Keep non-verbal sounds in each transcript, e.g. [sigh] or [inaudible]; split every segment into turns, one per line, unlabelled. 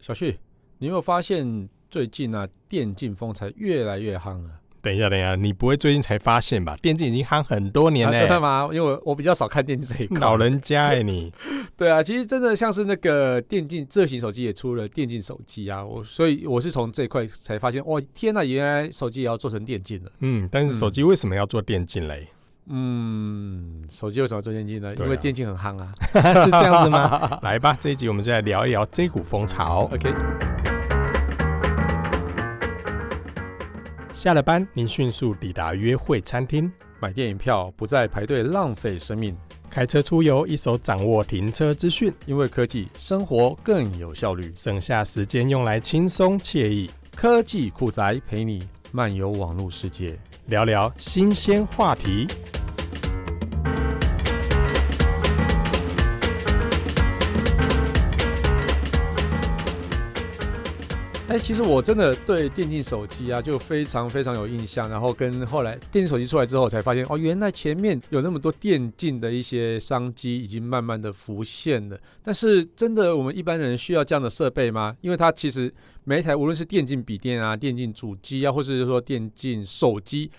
小旭，你有没有发现最近啊，电竞风才越来越夯了？
等一下，等一下，你不会最近才发现吧？电竞已经夯很多年
啊
嘞、
真的吗？因为我我比较少看电竞这一块。
[laughs] 老人家哎、你
对啊，其实真的像是那个电竞智型手机也出了电竞手机啊，我所以我是从这一块才发现，哇，天呐，原来手机也要做成电竞了。
嗯，但是手机为什么要做电竞嘞？
嗯，手机为什么要做电竞呢？
对啊
因为电竞很夯
[laughs]
啊。
是这样
[laughs]
子吗？哦来吧，这一集我们就来聊一聊这股风潮。
OK，
下了班，您迅速抵达约会餐厅，
买电影票不再排队浪费生命，
开车出游，一手掌握停车资讯，
因为科技生活更有效率。
省下时间用来轻松惬意，
科技酷宅陪你漫游网络世界。
聊聊新鲜话题。
哎、其实我真的对电竞手机啊，就非常非常有印象。然后跟后来电竞手机出来之后，我才发现哦，原来前面有那么多电竞的一些商机已经慢慢的浮现了。但是真的我们一般人需要这样的设备吗？因为它其实每一台无论是电竞笔电啊、电竞主机啊，或是说电竞手机，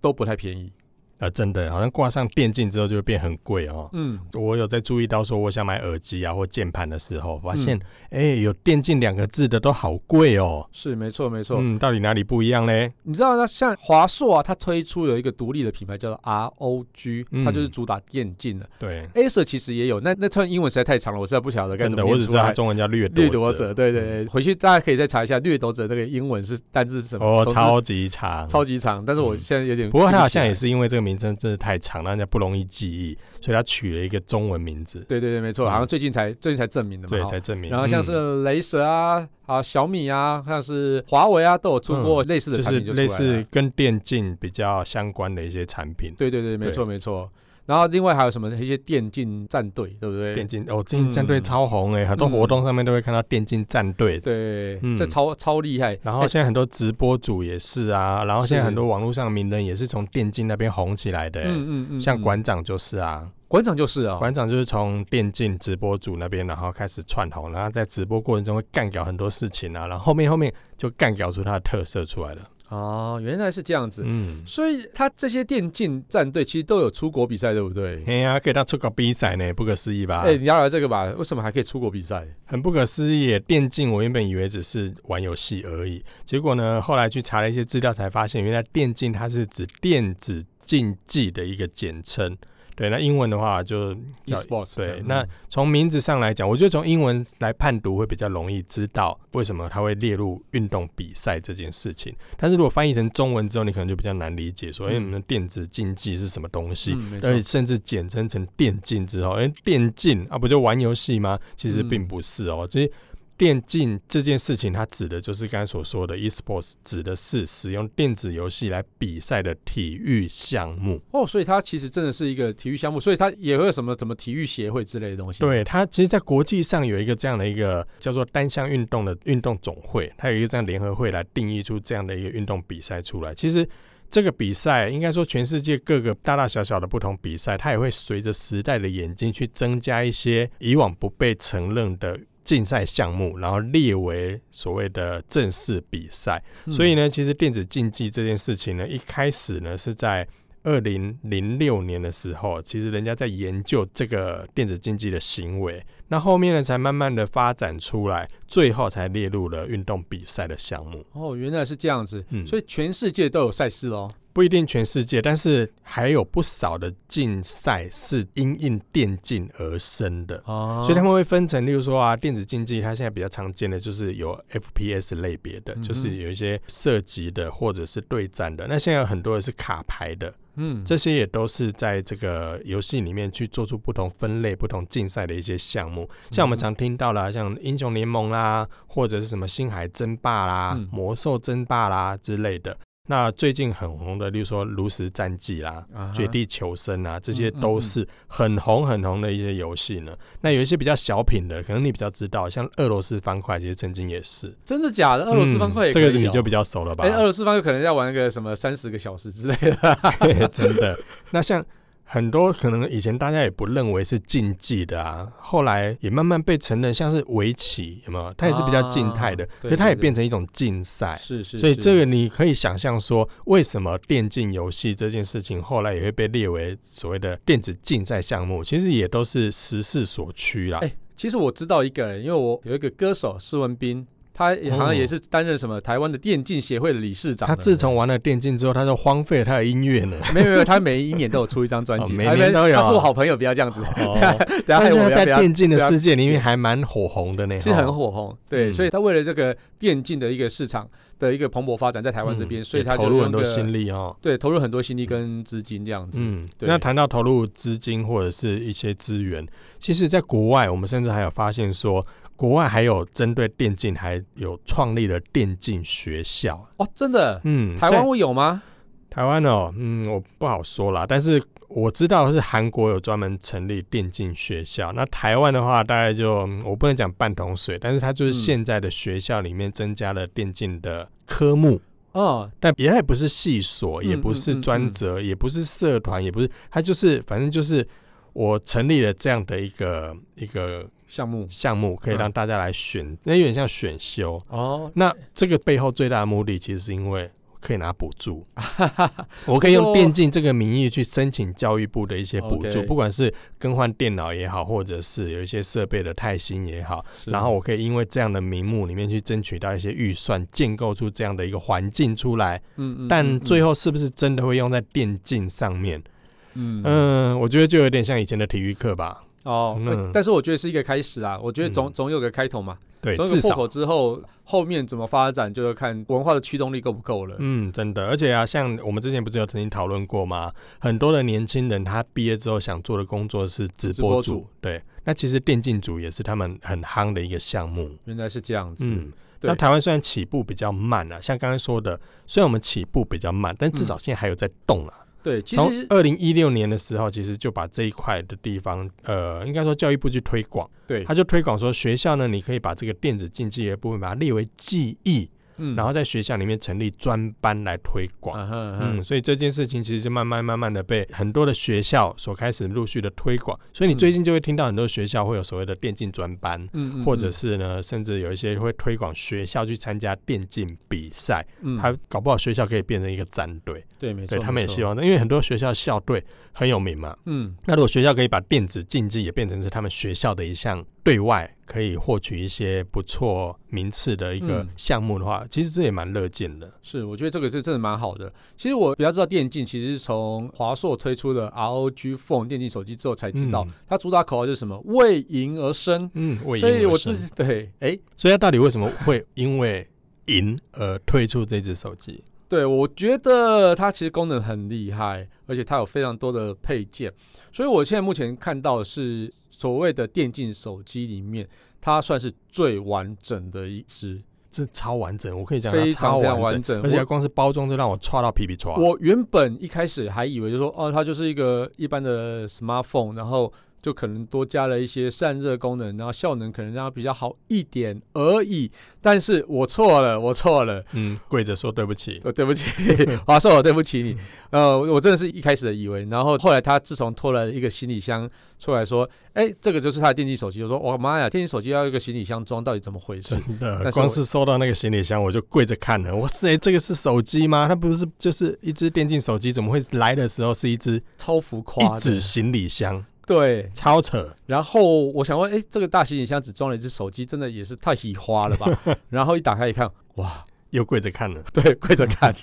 都不太便宜。
呃，真的，好像挂上电竞之后就会变很贵哦。
嗯，
我有在注意到，说我想买耳机啊或键盘的时
嗯
候，发现哎、诶有“电竞”两个字的都好贵哦。
是没错没错。
嗯，到底哪里不一样嘞？
你知道，那像华硕啊，它推出有一个独立的品牌叫做 ROG，
嗯
它就是主打电竞的。
对，
Acer 其实也有，那那串英文实在太长了，我实在不晓得该
真
怎
的，
么
我
念
只
出
知道它
来。
中文叫掠
掠
夺
夺
者嗯
者，。对对对，回去大家可以再查一下掠夺者这个英文是单字是什么。
哦，
总之
超级长，
超级啊长，但是我
嗯
现在有点记起来、
不过它好像也是因为这个名称真的太长，让人家不容易记忆，所以它取了一个中文名字，
对对对，没错，
嗯
好像最近才最近才证明的嘛。
对，
哈
才证明。
然后像
嗯、
是雷蛇啊、啊小米啊，像是华为啊，都有出过类似的
嗯就
产
是
品就出来
类
了
似跟电竞比较相关的一些产品。
对对对，没错没错。然后另外还有什么一些电竞战队，对不对？嗯
电竞哦，电竞战队超红哎、很多活动上面都会看到电竞战队。
对，
嗯
这超超厉害。
然后
哎
现在很多直播主也是啊，然后现在
是
很多网络上名人也是从电竞那边红起来的、
嗯嗯嗯，
像
嗯
馆长就是啊，
馆长就是啊，
馆长就是从电竞直播主那边，然后开始窜红，然后在直播过程中会干掉很多事情啊，然后后面后面就干掉出他的特色出来了。
哦，原来是这样子。
嗯，
所以他这些电竞战队其实都有出国比赛，对不对？
哎呀、可以当出国比赛呢，不可思议吧？
哎、你要聊这个吧？为什么还可以出国比赛？
很不可思议耶。电竞我原本以为只是玩游戏而已，结果呢，后来去查了一些资料，才发现原来电竞它是指电子竞技的一个简称。对，那英文的话就叫
esports
对
嗯
那从名字上来讲，我觉得从英文来判读会比较容易知道为什么它会列入运动比赛这件事情。但是如果翻译成中文之后，你可能就比较难理解说，哎、
嗯
你们电子竞技是什么东西？
嗯没
而
错，
且甚至简称成电竞之后，哎、电竞啊，不就玩游戏吗？其实
嗯
并不是哦，所以电竞这件事情，它指的就是刚才所说的 esports，指的是使用电子游戏来比赛的体育项目。
哦，所以他其实真的是一个体育项目，所以他也会有什么什么体育协会之类的东西。，
对它，其实，在国际上有一个这样的一个叫做单项运动的运动总会，它有一个这样联合会来定义出这样的一个运动比赛出来。其实。这个比赛应该说，全世界各个大大小小的不同比赛，它也会随着时代的演进去增加一些以往不被承认的竞赛项目，然后列为所谓的正式比赛。所以
呢，
呢，其实电子竞技这件事情呢，一开始呢是在二零零六年的时候，其实人家在研究这个电子竞技的行为，那后面呢才慢慢的发展出来，最后才列入了运动比赛的项目。
哦，原来是这样子，
嗯
所以全世界都有赛事哦。
不一定全世界，但是还有不少的竞赛是因应电竞而生的。
哦，
所以他们会分成，例如说啊，电子竞技，它现在比较常见的就是有 FPS 类别的，
嗯哼
就是有一些射击的或者是对战的。那现在有很多的是卡牌的，
嗯，
这些也都是在这个游戏里面去做出不同分类、不同竞赛的一些项目。像
嗯
我们常听到啦，像英雄联盟啦，或者是什么星海争霸啦、
嗯
魔兽争霸啦之类的。那最近很红的，例如说炉石战记啦，
啊哈
绝地求生啊，这些
嗯嗯
都是很红很红的一些游戏呢。那有一些比较小品的，可能你比较知道，像俄罗斯方块，其实曾经也是
真的假的？俄罗斯
嗯
方块也
这
可
个
以
你
哦
就比较熟 [laughs] 了吧？
哎、俄罗斯方块可能要玩个什么三十个小时之类的。
对，真的。那像很多可能以前大家也不认为是竞技的啊，后来也慢慢被承认，像是围棋，有没有？它也是比较静态的，
啊
所
对
以它也
对对
变成一种竞赛。
是是，
哎所以
是
这个你可以想象说，为什么电竞游戏这件事情后来也会被列为所谓的电子竞赛项目，其实也都是时势所趋啦。
哎、其实我知道一个人，因为我有一个歌手施文斌，他也好
哦
像也是担任什么台湾的电竞协会的理事长的。
他自从玩了电竞之后，他就荒废了他的音乐呢。
没有没有，他每一年都有出一张专 [laughs] 辑，
哦每
他
年都有啊
他是我好朋友，不要这样子。
哦，
等下
但
害
是
我不要不
[laughs] 他在
要
电竞的
不要
世界里面还蛮火红的呢，
其实很
哦
火红，对，
嗯
所以他为了这个电竞的一个市场的一个蓬勃发展，在台湾这边，
嗯
所以
也
他就
投入
用
很多
个
心力哦。
对，投入很多心力跟资金这样子。
嗯，
对
那谈到投入资金或者是一些资源，其实，在国外，我们甚至还有发现说，国外还有针对电竞，还有创立了电竞学校。
哦，真的，
嗯，
台
在
湾会有吗？
台湾哦，嗯，我不好说啦，但是我知道的是韩国有专门成立电竞学校。那台湾的话，大概就嗯我不能讲半桶水，但是它就
嗯
是现在的学校里面增加了电竞的科目。
哦，
但也还不是系所，
嗯
也不是专责，也不是社团，也不是，它就是反正就是我成立了这样的一个一个
项目
项目，可以
嗯
让大家来选，那有点像选修。
哦，
那这个背后最大的目的，其实是因为可以拿补助，我可以用电竞这个名义去申请教育部的一些补助，
OK
不管是更换电脑也好，或者是有一些设备的钛新也好，
是
然后我可以因为这样的名目里面去争取到一些预算，建构出这样的一个环境出来。
嗯嗯，
但最
后
后是不是真的会用在电竞上面？
嗯
嗯，我觉得就有点像以前的体育课吧。
哦，
嗯
会但是我觉得是一个开始啊，我觉得总
嗯
总有个开头嘛，
对，
总有
至
个破
少
口之后，后面怎么发展就要看文化的驱动力够不够了。
嗯，真的。而且啊，像我们之前不是有曾经讨论过吗？很多的年轻人他毕业之后想做的工作是直
直播
播主
主，
对。那其实电竞组也是他们很夯的一个项目。
原来是这样子，
嗯，
对
那台湾虽然起步比较慢啊，像刚刚说的，虽然我们起步比较慢，但至少现在还有在动啊。
对，嗯其
从
实
二零一六年的时候，其实就把这一块的地方，呃，应该说教育部去推广。
对，
他就推广说，学校呢，你可以把这个电子竞技的部分把它列为技艺，
嗯
然后在学校里面成立专班来推广。
啊哈啊哈
嗯，所以这件事情其实就慢慢慢慢的被很多的学校所开始陆续的推广，所以你最近就会听到很多学校会有所谓的电竞专班，
嗯嗯嗯
或者是呢，甚至有一些会推广学校去参加电竞比赛，
嗯，
还搞不好学校可以变成一个战队，
对，没错，
对他们也希
望，
望，因为很多学校校队很有名嘛，
嗯，
那如果学校可以把电子竞技也变成是他们学校的一项对外可以获取一些不错名次的一个
嗯
项目的话，其实这也蛮乐见的。
是，我觉得这个是真的蛮好的。其实我比较知道电竞，其实是从华硕推出了 ROG Phone 电竞手机之后才知道
嗯，
它主打口号就是什么“为赢而生”。
嗯，为
所以
赢而
我
生
自己对，哎，
所以他到底为什么会因为赢而推出这只手机？
对，我觉得它其实功能很厉害，而且它有非常多的配件，所以我现在目前看到的是所谓的电竞手机里面，它算是最完整的一支。
这超完整，我可以讲它
非
超
常非常
完
完整
而且
我
它光是包装就让我戳到皮皮戳。啊
我原本一开始还以为就说，哦，它就是一个一般的 smartphone，然后就可能多加了一些散热功能，然后效能可能让它比较好一点而已。但是我错了，我错了，
嗯，跪着说对不起。
呃，对不起， [laughs] 华硕，我对不起你。呃，我真的是一开始的以为，然后后来他自从拖了一个行李箱出来说，哎，这个就是他的电竞手机。我说，我妈呀，电竞手机要一个行李箱装，到底怎么回事？
真的，
但是
光
我
是收到那个行李箱，我就跪着看了。哇塞，这个是手机吗？它不是，就是一只电竞手机，怎么会来的时候是一只
超浮夸
一
的，
[laughs] 纸行李箱？
对。
超扯，
然后我想问，哎，这个大行李箱只装了一只手机，真的也是太喜花了吧？然后一打开一看，哇，
又跪着看了。
[laughs] 对，跪着看。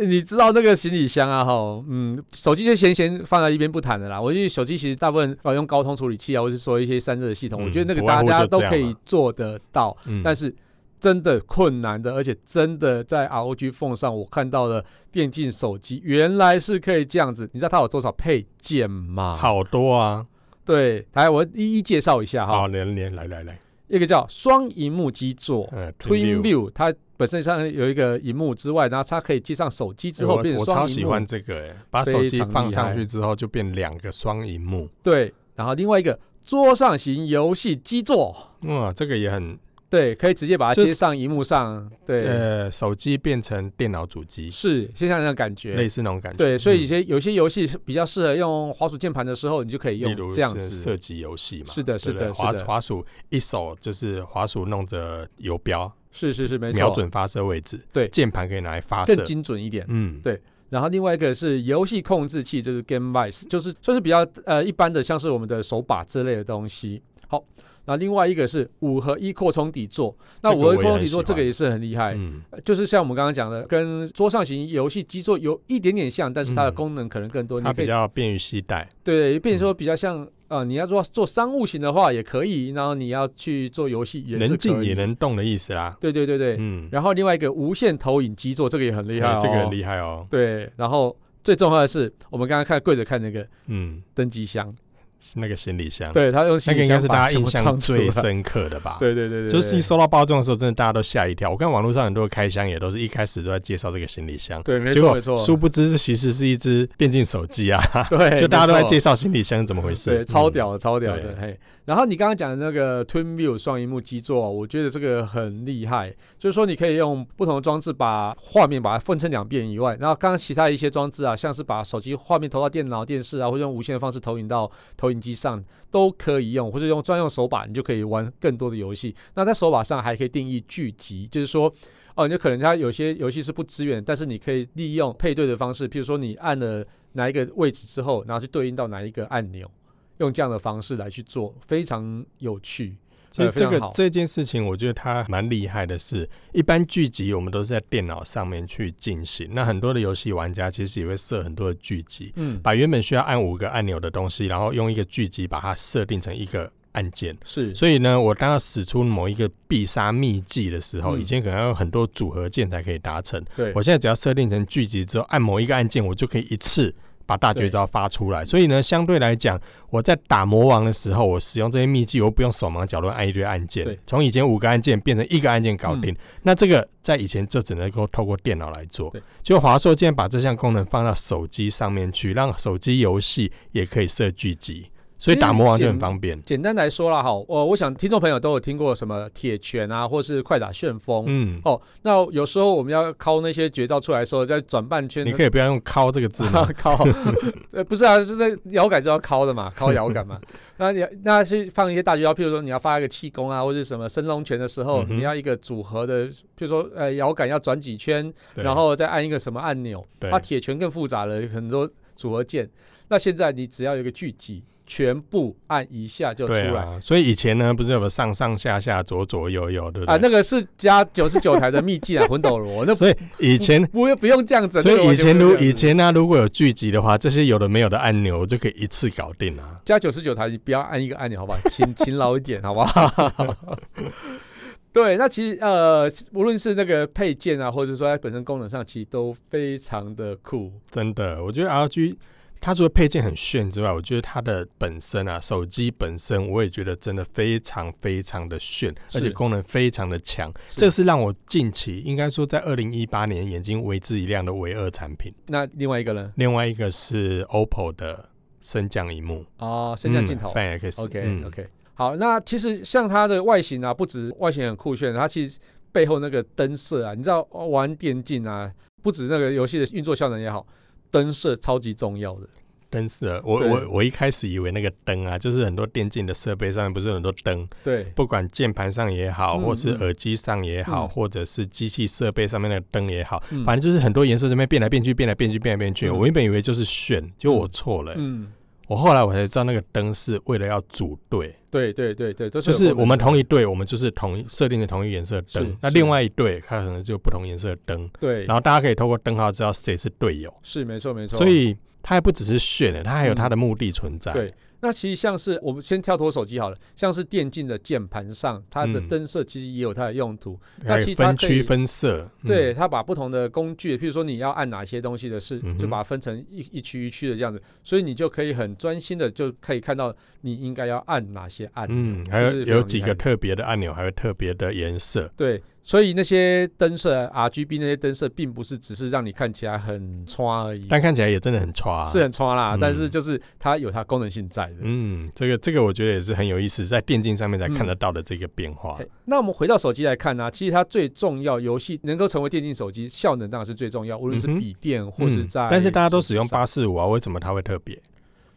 你知道那个行李箱啊，哈，嗯，手机就先先放在一边不谈了啦。我因为手机其实大部分呃用高通处理器啊，或是说一些散热的系统，
嗯
我觉得那
不
个
外
大
乎
家
就这
都
样
可
嘛
以做得到，
嗯
但是真的困难的，而且真的在 ROG Phone 上，我看到了电竞手机原来是可以这样子。你知道它有多少配件吗？，
好多啊，
对，来我一一介绍一下
好，
哈。
连连来来来，
一个叫双荧幕基座
呃
Twin
View
View，它本身上有一个荧幕之外，然后它可以接上手机之
哎
后
我
变成
我
双
超
荧
喜
幕
欢这个、哎，把手
非
机
常
放
厉
上
害
去之后就变两个双荧幕，
对，然后另外一个桌上型游戏基座，
哇，这个也很
对，可以直接把它
就是
接上荧幕上，对，
呃，手机变成电脑主机，
是先像那种感
类
觉。
似那种感觉。
对，所以有
嗯
些有些游戏是比较适合用滑鼠键盘的时候，你就可以
例
用
如
这样
是
子
射。击游戏嘛，
是的，
对
是
不对
的，是
滑
的，
滑鼠一手就是滑鼠弄着游标，
是是是，没
瞄
错，
准发射位置，
对
键盘可以拿来发射
更，精准一点。
嗯，
对然后另外一个是游戏控制器，就是 Game Vice，就是算是比较呃一般的，像是我们的手把之类的东西。好，那另外一个是五合一扩充底座，那
这个
五合一
我也
扩充
很
底
喜
座这个
欢
也是很厉害，
嗯，
呃就是像我们刚刚讲的，跟桌上型游戏机座有一点点像，但是它的
嗯
功能可能更多。
它
你可
比
以
较嗯便于携带，
对，变成说比较像啊、呃你要做做商务型的话也可以，然后你要去做游戏也是
能
可
进也
以。
能动的意思啦，
对对对对，
嗯，
然后另外一个无线投影机座，这个也很厉害、
哎
哦，
这个很厉害哦，
对，然后最重要的是，我们刚刚看跪着看那个
嗯，
登机箱，
是那个行李箱，，
对他用行
那个
李
应该
箱
是
把
大家
全
印
部
象
装出
最
来
深刻的吧？。
对对对对，
就是
对
一收到包装的时候，真的大家都吓一跳。我看网络上很多开箱也都是一开始都在介绍这个行李箱，
对，没
结
错
果
没错，
殊不知这其实是一只电竞手机啊，
对，
[laughs] 就大家都在介
绍，
绍行李箱怎么回事，
对，
嗯
超屌的超屌的
对
嘿。然后你刚刚讲的那个 Twin View 双荧幕基座，啊我觉得这个很厉害，就是说你可以用不同的装置把画面把它分成两遍以外，然后刚刚其他一些装置啊，像是把手机画面投到电脑、电视啊，或者用无线的方式投影到投影机上都可以用，或者用专用手把，你就可以玩更多的游戏。那在手把上还可以定义剧集，就是说，哦，你可能它有些游戏是不支援，但是你可以利用配对的方式，譬如说你按了哪一个位置之后，然后去对应到哪一个按钮，用这样的方式来去做，非常有趣。
其实
呃非
这
常
个
好
这件事情，我觉得它蛮厉害的是，一般剧集我们都是在电脑上面去进行，那很多的游戏玩家其实也会设很多的剧集，
嗯，
把原本需要按五个按钮的东西，然后用一个剧集把它设定成一个按键。
是，
所以呢，我当要使出某一个必杀秘技的时候，
嗯
以前可能要有很多组合键才可以达成，
对
我现在只要设定成剧集之后，按某一个按键，我就可以一次把大绝招发出来。所以呢，相对来讲，我在打魔王的时候，我使用这些秘技，我不用手忙脚乱按一堆按键
对，嗯
从以前五个按键变成一个按键搞定。那这个在以前就只能够透过电脑来做
对。
就华硕竟然把这项功能放到手机上面去，让手机游戏也可以设剧集，所以打魔王就很方便。
简单来说啦，哈，我我想听众朋友都有听过什么铁拳啊，或是快打旋风。
嗯，
哦，那有时候我们要敲那些绝招出来的时候，在转半圈，
你可以不要用“敲”这
[laughs]
个字吗？
敲，啊
[laughs]
呃，不是啊，就在摇杆就要敲的嘛，敲摇杆
[laughs]
嘛。那你那是放一些大绝招，譬如说你要发一个气功啊，或者是什么升龙拳的时候，
嗯哼
你要一个组合的，譬如说呃摇杆要转几圈，
对
然后再按一个什么按钮。
对
它铁拳更复杂了，有很多组合键。那现在你只要有一个聚集，全部按一下就出
对
来。
啊，所以以前呢，不是有个上上下下、左左右右，对不对？
啊，那个是加九十九台的秘技啊， [laughs] 魂斗罗，那
所以以
[laughs]
前，
不用不用这样子。
所
那个
以以
完全
前
不用这
如
样
以
子
前呢、如果有聚集的话，这些有的没有的按钮就可以一次搞定啊。
加九十九台，你不要按一个按钮，好不好？勤 [laughs] 勤劳一点，好不好？ [laughs] 对，那其实呃，无论是那个配件啊，或者说它本身功能上，其实都非常的酷。
真的，我觉得 RG 它除了配件很炫之外，我觉得它的本身啊，手机本身我也觉得真的非常非常的炫，
是
而且功能非常的强。
是
这是让我近期应该说在二零一八年眼睛为之一亮的唯二产品。
那另外一个呢？
另外一个是 OPPO 的升降荧幕，
啊、升降镜头。
嗯 Fan X。
OK、
嗯
OK，好，那其实像它的外形啊，不止外形很酷炫，它其实背后那个灯色啊，你知道玩电竞啊，不止那个游戏的运作效能也好，灯色超级重要的。
灯是啊，我
对
我我一开始以为那个灯啊，就是很多电竞的设备上面不是有很多灯，
对，
不管键盘上也好，
嗯
或是耳机上也好，
嗯
或者是机器设备上面那个灯也好，
嗯
反正就是很多颜色这边变来变去，变来变去，变来变去。
嗯
我原本以为就是炫，结果我错了欸、
嗯，
我后来我才知道那个灯是为了要组队，
对对对对，都是
就
有
是
功
我
能
们
的
同一队，我们就是同一设定的同一颜色的灯
是，
那
是
另外一队它可能就不同颜色的灯，
对
然，后大家可以透过灯号知道谁是队友，
是没错没错。
所以它还不只是炫的，它还有它
嗯
的目的存在。
对那其实像是我们先跳脱手机好了，像是电竞的键盘上，它的
嗯
灯色其实也有它的用途。
还
那
有
其实它
分
可以
区分色，嗯
对，它把不同的工具，譬如说你要按哪些东西的事，
嗯哼
就把它分成一一区一区的这样子，所以你就可以很专心的就可以看到你应该要按哪些按钮。
嗯，还有
这是非常
有几
厉害
个
的
特别的按钮，还有特别的颜色，
对，所以那些灯色 RGB 那些灯色，并不是只是让你看起来很穿而已，
但看起来也真的很差、
是很穿啦、
嗯
但是就是它有它功能性在的。
嗯，这个这个我觉得也是很有意思，在电竞上面才看得到的这个变
嗯
化。嗯
嘿那我们回到手机来看呢、啊其实它最重要，游戏能够成为电竞手机，效能当然是最重要，无论是
嗯哼
笔电或是在手
嗯
机上、
但是大家都使用八四五啊，为什么它会特别？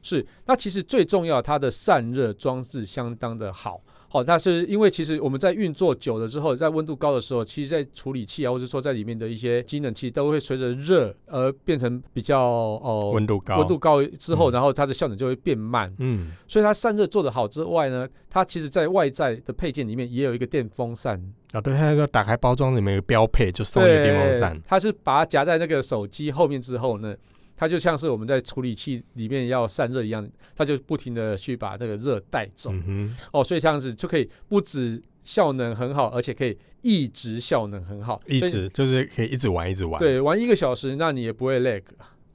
是，那其实最重要，它的散热装置相当的好。好，那是因为其实我们在运作久了之后，在温度高的时候，其实在处理器啊，或者说在里面的一些机能器，都会随着热而变成比较哦
温度高，
温度高之后，
嗯
然后它的效能就会变慢。
嗯
所以它散热做得好之外呢，它其实在外在的配件里面也有一个电风扇，
啊，对，它说打开包装里面有标配，就送一个电风扇
对。它是把它夹在那个手机后面之后呢，它就像是我们在处理器里面要散热一样，它就不停的去把那个热带走。
嗯哼，
哦，所以这样子就可以不止效能很好，而且可以一直效能很好，
一
所以
直就是可以一直玩，一直玩。，
对玩一个小时，那你也不会累，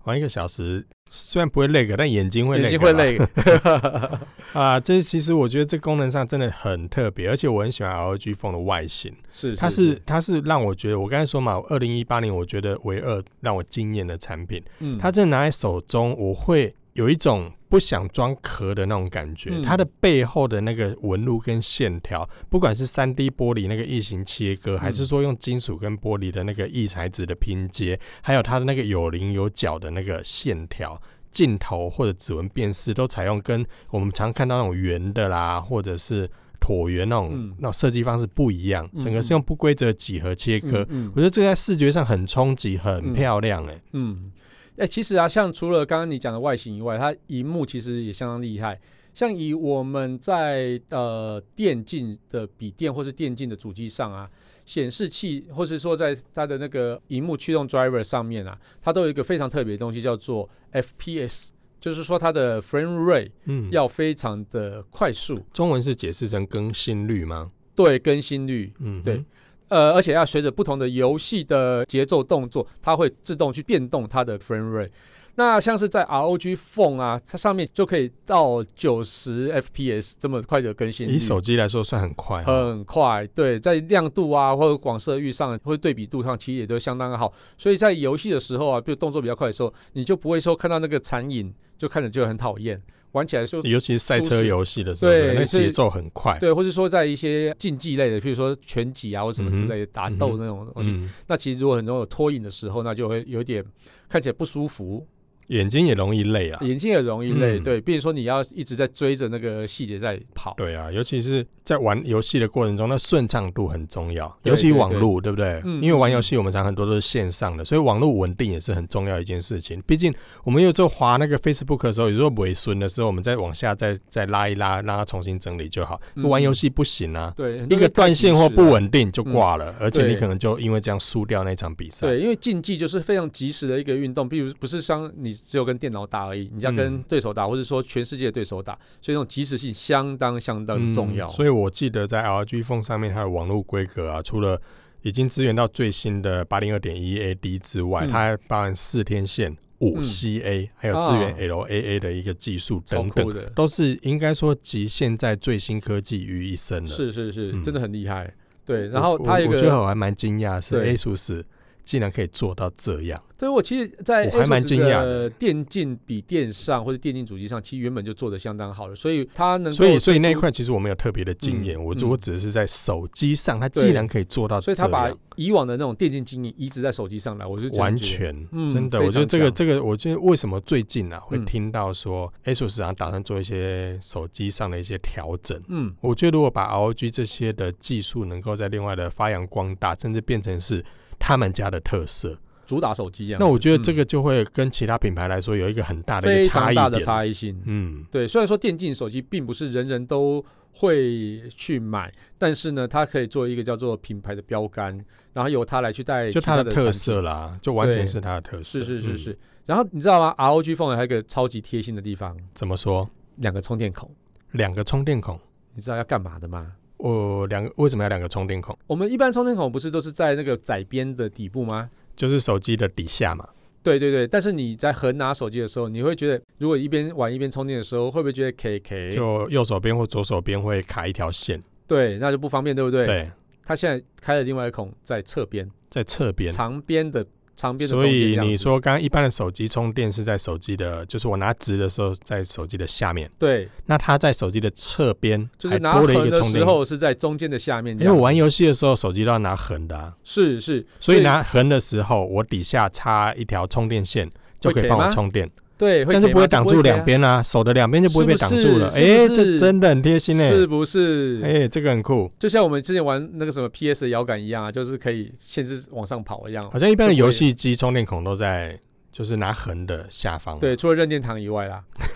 玩一个小时，虽然不会累，但眼睛会累，
眼睛会累。 [laughs]
啊。这其实我觉得这功能上真的很特别，而且我很喜欢 LG Phone 的外形，
是，
它是它是让我觉得，我刚才说嘛，二零一八年我觉得唯二让我惊艳的产品。
嗯
它真的拿在手中，我会有一种不想装壳的那种感觉。
嗯
它的背后的那个纹路跟线条，不管是三 D 玻璃那个异形切
嗯
割，还是说用金属跟玻璃的那个异材质的拼接，还有它的那个有棱有角的那个线条。镜头或者指纹辨识都采用跟我们常看到那种圆的啦，或者是椭圆那种、
嗯
那种设计方式不一样，
嗯
整个是用不规则几何切割。
嗯
我觉得这个在视觉上很冲击，很
嗯
漂亮哎、欸
嗯，哎、其实啊，像除了刚刚你讲的外形以外，它荧幕其实也相当厉害。像以我们在呃电竞的笔电或是电竞的主机上啊，显示器或是说在它的那个荧幕驱动 driver 上面啊，它都有一个非常特别的东西叫做 FPS，就是说它的 frame rate
嗯，
要非常的快速，
中文是解释成更新率吗？
对更新率，
嗯哼，
对呃，而且要随着不同的游戏的节奏动作，它会自动去变动它的 frame rate。那像是在 ROG Phone 啊，它上面就可以到九十 FPS 这么快的更新率，
以手机来说算很快哦，
很快。对，在亮度啊或者广色域上，或者对比度上，其实也都相当的好。所以在游戏的时候啊，比如动作比较快的时候，你就不会说看到那个残影就看着就很讨厌，玩起来就
尤其是赛车游戏的时候，
对
那
所以
节奏很快。
对，或者说在一些竞技类的，譬如说拳击啊或什么之类的、打
嗯
斗
哼
那种东西，
嗯，
那其实如果很多有脱影的时候，那就会有点看起来不舒服，
眼睛也容易累啊。
眼睛也容易累。
嗯
对，并且说你要一直在追着那个细节在跑。
对啊，尤其是在玩游戏的过程中，那顺畅度很重要，
对
尤其网络，对不对？
嗯
因为玩游戏我们常很多都是线上的，所以网络稳定也是很重要一件事情。毕竟我们有时候滑那个 Facebook 的时候，有时候尾顺的时候，我们再往下再再拉一拉，让它重新整理就好。
嗯
玩游戏不行啊，
对，很多
一个
人太
断
及
线或
时
不
了。
稳定就挂了，而且
啊
你
嗯对
可能就因为这样输掉那场比赛。
对，因为竞技就是非常及时的一个运动，比如不是像你只有跟电脑打而已，你要跟
嗯
对手打，或者说全世界的对手打，所以那种及时性相当相当
嗯，
重要。
所以我记得在 LG Phone 上面它的网络规格啊，除了已经支援到最新的八零二点一 AD 之外，
嗯
它还包含四天线、五 CA，、还有支援
啊
LAA 的一个技术
超
等等，
酷的，
都是应该说集现在最新科技于一身了。
是是是，
嗯
真的很厉害。对，
我，
然后它有一
我我觉得
个，
我还蛮惊讶，是
对
ASUS 竟然可以做到这样。
对我其实，在
我还蛮
ASUS
惊讶
的电竞笔电上或者电竞主机上，其实原本就做的相当好了，所以它能够
所以，所以
推
那一
出
块其实我没有特别的经验，
嗯
我
嗯
我只是在手机上，它既
对
然可以做到这
所以他
样，
把以往的那种电竞经营移植在手机上来，我就这样
完
觉得
全、
嗯
真的，
非
我觉得
常
这个
像
这个，我觉得为什么最近啊会
嗯
听到说 ASUS 啊打算做一些手机上的一些调整。
嗯
我觉得如果把 ROG 这些的技术能够在另外的发扬光大，甚至变成是他们家的特色，
主打手机这样子。
那我觉得这
嗯
个就会跟其他品牌来说有一个很大的一
非
个
常
差异
大
点。
的差异性。
嗯，
对，虽然说电竞手机并不是人人都会去买，但是呢，它可以做一个叫做品牌的标杆，然后由它来去带
就
其
它
他
的
的
特
产
色
品。
啦，就完
对
全是它的特色。
是是是
嗯
是。然后你知道吗？ROG Phone 还有一个超级贴心的地方，
怎么说？
两个充电口。
两个充电孔，
你知道要干嘛的吗？
我两个为什么要两个充电孔？
我们一般充电口不是都是在那个窄边的底部吗？
就是手机的底下嘛。
对对对，但是你在横拿手机的时候，你会觉得，如果一边玩一边充电的时候，会不会觉得 K K？
就右手边或左手边会卡一条线。
对，那就不方便，对不对？。
对，
它现在开了另外一孔在侧边，
在侧边。
长边的长边的
所
中间这
以
样
你
子
说，刚刚一般的手机充电是在手机的，就是我拿直的时候在手机的下面，
对，
那它在手机的侧边
就是
还
拿
多了
横
一个
的
充
时
电。
候是在中间的下面这
因为
样子，
我玩游戏的时候，手机都要拿横的、啊，
是是，
所以拿横的时候，我底下插一条充电线就可以
贴
帮我
吗
充电，
对，
但是
贴
不会
吗
挡住
贴
两
啊
边啊，手的两边就不会被
是
挡
不
住了。
是
哎，
是不
这
是
真的很贴心
是
哎，
不是？
哎，这个很酷。
就像我们之前玩那个什么 PS 的摇杆一样啊，就是可以限制往上跑一样。
好像一般的
就可以
游戏机充电孔都在就是拿横的下方。
对，，除了任天堂以外
[laughs]
啦， [laughs]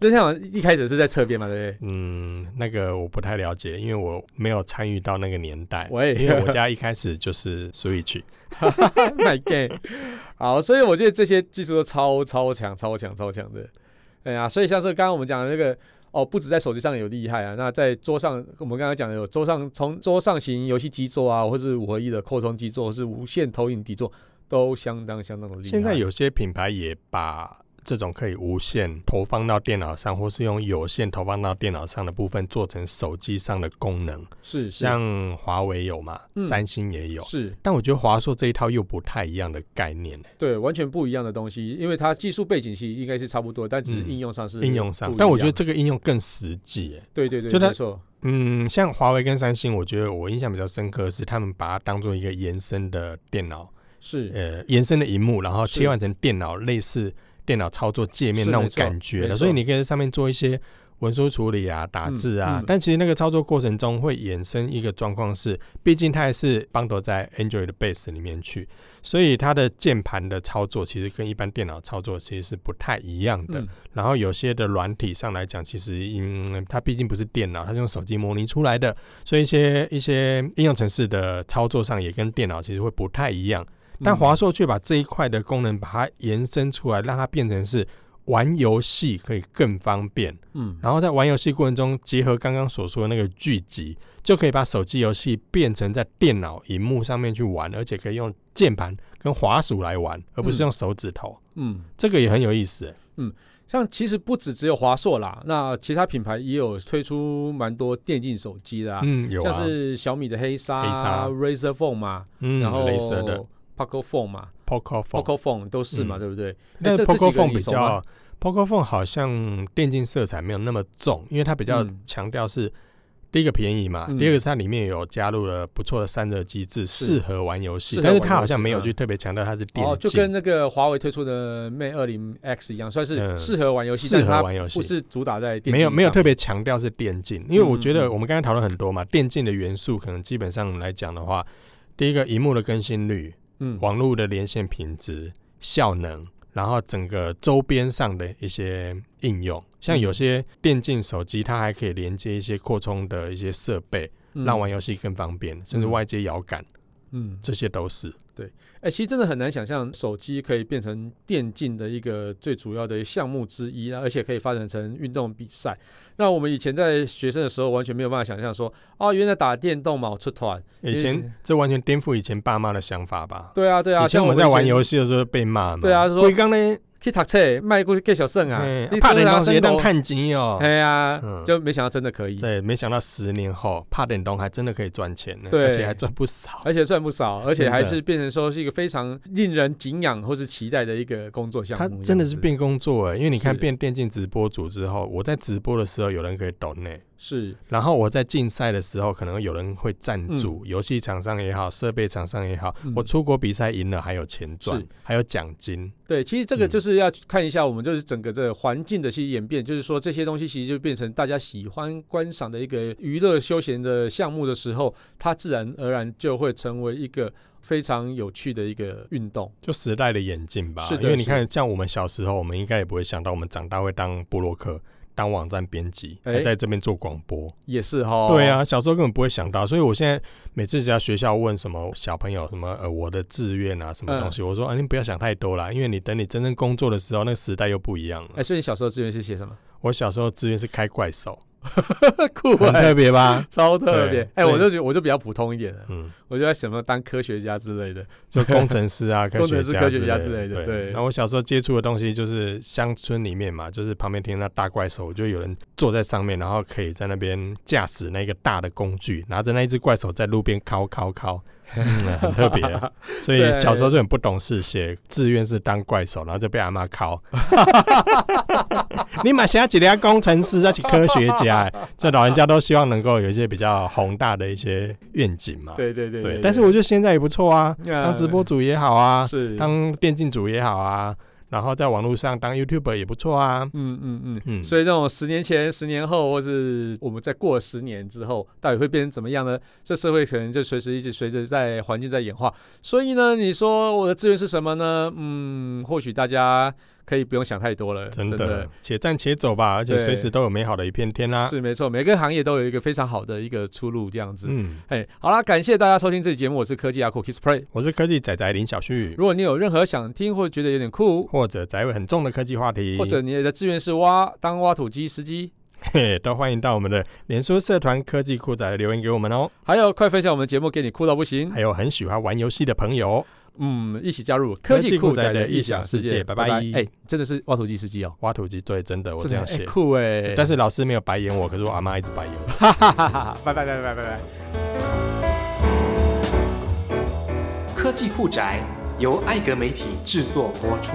任天堂一开始是在侧边嘛，对不
嗯，那个我不太了解，因为我没有参与到那个年代。
喂
哎
[laughs]
因为我家一开始就是 Switch，
对 [laughs] ？My game，好，所以我觉得这些技术都超超强、超强、超强的。哎呀、所以像是刚刚我们讲的那个哦，不止在手机上有厉害啊，那在桌上，我们刚刚讲的有桌上从桌上型游戏机座啊，或是五合一的扩充机座，或是无线投影底座，都相当相当的厉害。
现在有些品牌也把这种可以无线投放到电脑上，或是用有线投放到电脑上的部分，做成手机上的功能，
是是
像华为有嘛，
嗯
三星也有。
是
但我觉得华硕这一套又不太一样的概念、
对，完全不一样的东西，因为它技术背景其实应该是差不多，但只是应用上是、
嗯应用上
不，一
但我觉得
样
这个应用更实际、欸。
对对对，
就它
没错，
嗯，像华为跟三星，我觉得我印象比较深刻的是他们把它当做一个延伸的电脑，
是
呃，延伸的荧幕，然后
是
切换成电脑类似电脑操作界面
是
那种
没错
感觉
没
的，
错
所以你可以在上面做一些文书处理啊、打
嗯
字啊。
嗯
但其实那个操作过程中会衍生一个状况是，毕竟它还是帮斗在 Android 的 base 里面去，所以它的键盘的操作其实跟一般电脑操作其实是不太一样的。
嗯
然后有些的软体上来讲，其实嗯，它毕竟不是电脑，它是用手机模拟出来的，所以一些一些应用程式的操作上也跟电脑其实会不太一样。
嗯
但华硕却把这一块的功能把它延伸出来，让它变成是玩游戏可以更方便。
嗯
然后在玩游戏过程中，结合刚刚所说的那个剧集，就可以把手机游戏变成在电脑荧幕上面去玩，而且可以用键盘跟滑鼠来玩，而不是用手指头。
嗯，
这个也很有意思、欸
像其实不止只有华硕啦，那其他品牌也有推出蛮多电竞手机的、啊，
嗯，有啊，
像是小米的黑鲨、
黑鲨
Razer Phone 嘛，
嗯，
然后
雷蛇的
Poco Phone 嘛
Poco Phone，
，Poco Phone 都是嘛，
嗯
对不对？
但
这
是
这几
Poco
个
Phone
你
比
熟吗
较，Poco Phone 好像电竞色彩没有那么重，因为它比较
嗯
强调是第一个便宜嘛，
嗯
第二个是它里面有加入了不错的散热机制，适合玩游戏
适，合
但是
玩
它
游
好像
戏
没有
嗯
去特别强调它是电
哦，就
竞，
跟那个华为推出的 Mate 二零 X 一样，算是
嗯
适合玩游戏，
适合
但
玩游
它不
戏。
是主打在电竞
没有没有
上
特别强调是电竞，因为我
嗯
觉
嗯
得
嗯
我们刚才讨论很多嘛，电竞的元素可能基本上来讲的话，第一个荧幕的更新率，
嗯
网络的连线品质、效能，然后整个周边上的一些应用，像
嗯
有些电竞手机，它还可以连接一些扩充的一些设备，
嗯
让玩游戏更方便，甚至外接摇杆，
嗯
这些都是。
哎、其实真的很难想象手机可以变成电竞的一个最主要的项目之一啊，而且可以发展成运动比赛。那我们以前在学生的时候，完全没有办法想象说，哦，原来打电动嘛，我出团。
以
也
前
是
这完全颠覆以前爸妈的想法吧？
对啊，对啊，
以前
像
我
我
们在玩游
戏，
戏的时候被骂嘛，
对啊说
龟缸呢，
去读册，卖过去给小胜啊
哎，
你
怕
出来
点东
生
西当
活，
看金哦。
哎呀
嗯，
就没想到真的可以，
对，没想到十年后，怕点东还真的可以赚钱呢，
对
而且还赚不少。
而且赚不少，而且还
真的
是变成说是一个非常令人敬仰或是期待的一个工作项
他
目。
真的是变工作哎、因为你看
是
变电竞直播主之后，我在直播的时候有人可以懂内，
是
然后我在竞赛的时候可能有人会赞助，游戏厂商也好，设备厂商也好，
嗯
我出国比赛赢了还有钱赚
是，
还有奖金。
对，其实这个
嗯
就是要看一下我们就是整个这个环境的其实演变，就是说这些东西其实就变成大家喜欢观赏的一个娱乐休闲的项目的时候，它自然而然就会成为一个非常有趣的一个运动。
就时代的演进吧，
是的
因为你
是
看，像我们小时候，我们应该也不会想到，我们长大会当布洛克、当网站编辑，
哎
还在这边做广播。
也是哈，
对，啊，小时候根本不会想到，所以我现在每次只要学校问什么小朋友什么呃我的志愿啊什么东西，我说啊你不要想太多啦，因为你等你真
哎
正工作的时候，那个时代又不一样了。 [laughs]
哎，所以你小时候志愿是写什么？
我小时候志愿是开怪手，
酷
很
哎、
特别吧？
超特别
欸对。
哎、
所以
我就觉得我就比较普通一点的，
嗯，
我就在想要当科学家之类的。
就工程
[laughs]
师啊，科
工程
学
师
家
科
之
学
类
家
的。
之类的对
然后我小时候接触的东西就是乡村里面嘛，就是旁边听到大怪兽，我就有人坐在上面，然后可以在那边驾驶那个大的工具，拿着那一只怪兽在路边敲敲
[laughs]
敲。嗯，很特别，所以
对
小时候就很不懂事，写志愿是当怪兽，然后就被阿妈
[laughs]
敲。你马写几条工程师，要去科学家、欸，这老人家都希望能够有一些比较宏大的一些愿景嘛。
对对对
对，但是我觉得现在也不错啊，当直播主也好啊，
呃是，
当电竞主也好啊，然后在网络上当 YouTuber 也不错啊。
嗯嗯嗯。
嗯，
所以那种十年前、十年后，或是我们在过了十年之后，到底会变成怎么样呢？这社会可能就随时一直随着在环境在演化。所以呢，你说我的志愿是什么呢？嗯，或许大家可以不用想太多了，
真
真
的，且战且走吧，而且
对
随时都有美好的一片天啊啦。
是没错，每个行业都有一个非常好的一个出路，这样子。
嗯，
哎，好啦，感谢大家收听这期节目，我是科技阿酷 Kiss Play。
我是科技仔仔林小旭，
如果你有任何想听或觉得有点酷，
或者宅味很重的科技话题，
或者你的志愿是挖当挖土机司机，
[laughs] 嘿，都欢迎到我们的脸书社团科技酷仔留言给我们哦。
还有快分享我们节目给你酷到不行
还，有很喜欢玩游戏的朋友，
嗯，一起加入
科
科
技
技
酷
酷
宅
宅
的
的
异
异
想
想
世
世
界
界，
拜
拜
拜
拜。哎，真的是挖土机司机哦，
挖土机对，真的我
真
这
的
样
哎
写，
酷哎，
但是老师没有白眼我，可是我阿妈一直白眼我。
哈哈哈哈，拜拜拜拜拜拜。
科技酷宅由艾格媒体制作播出。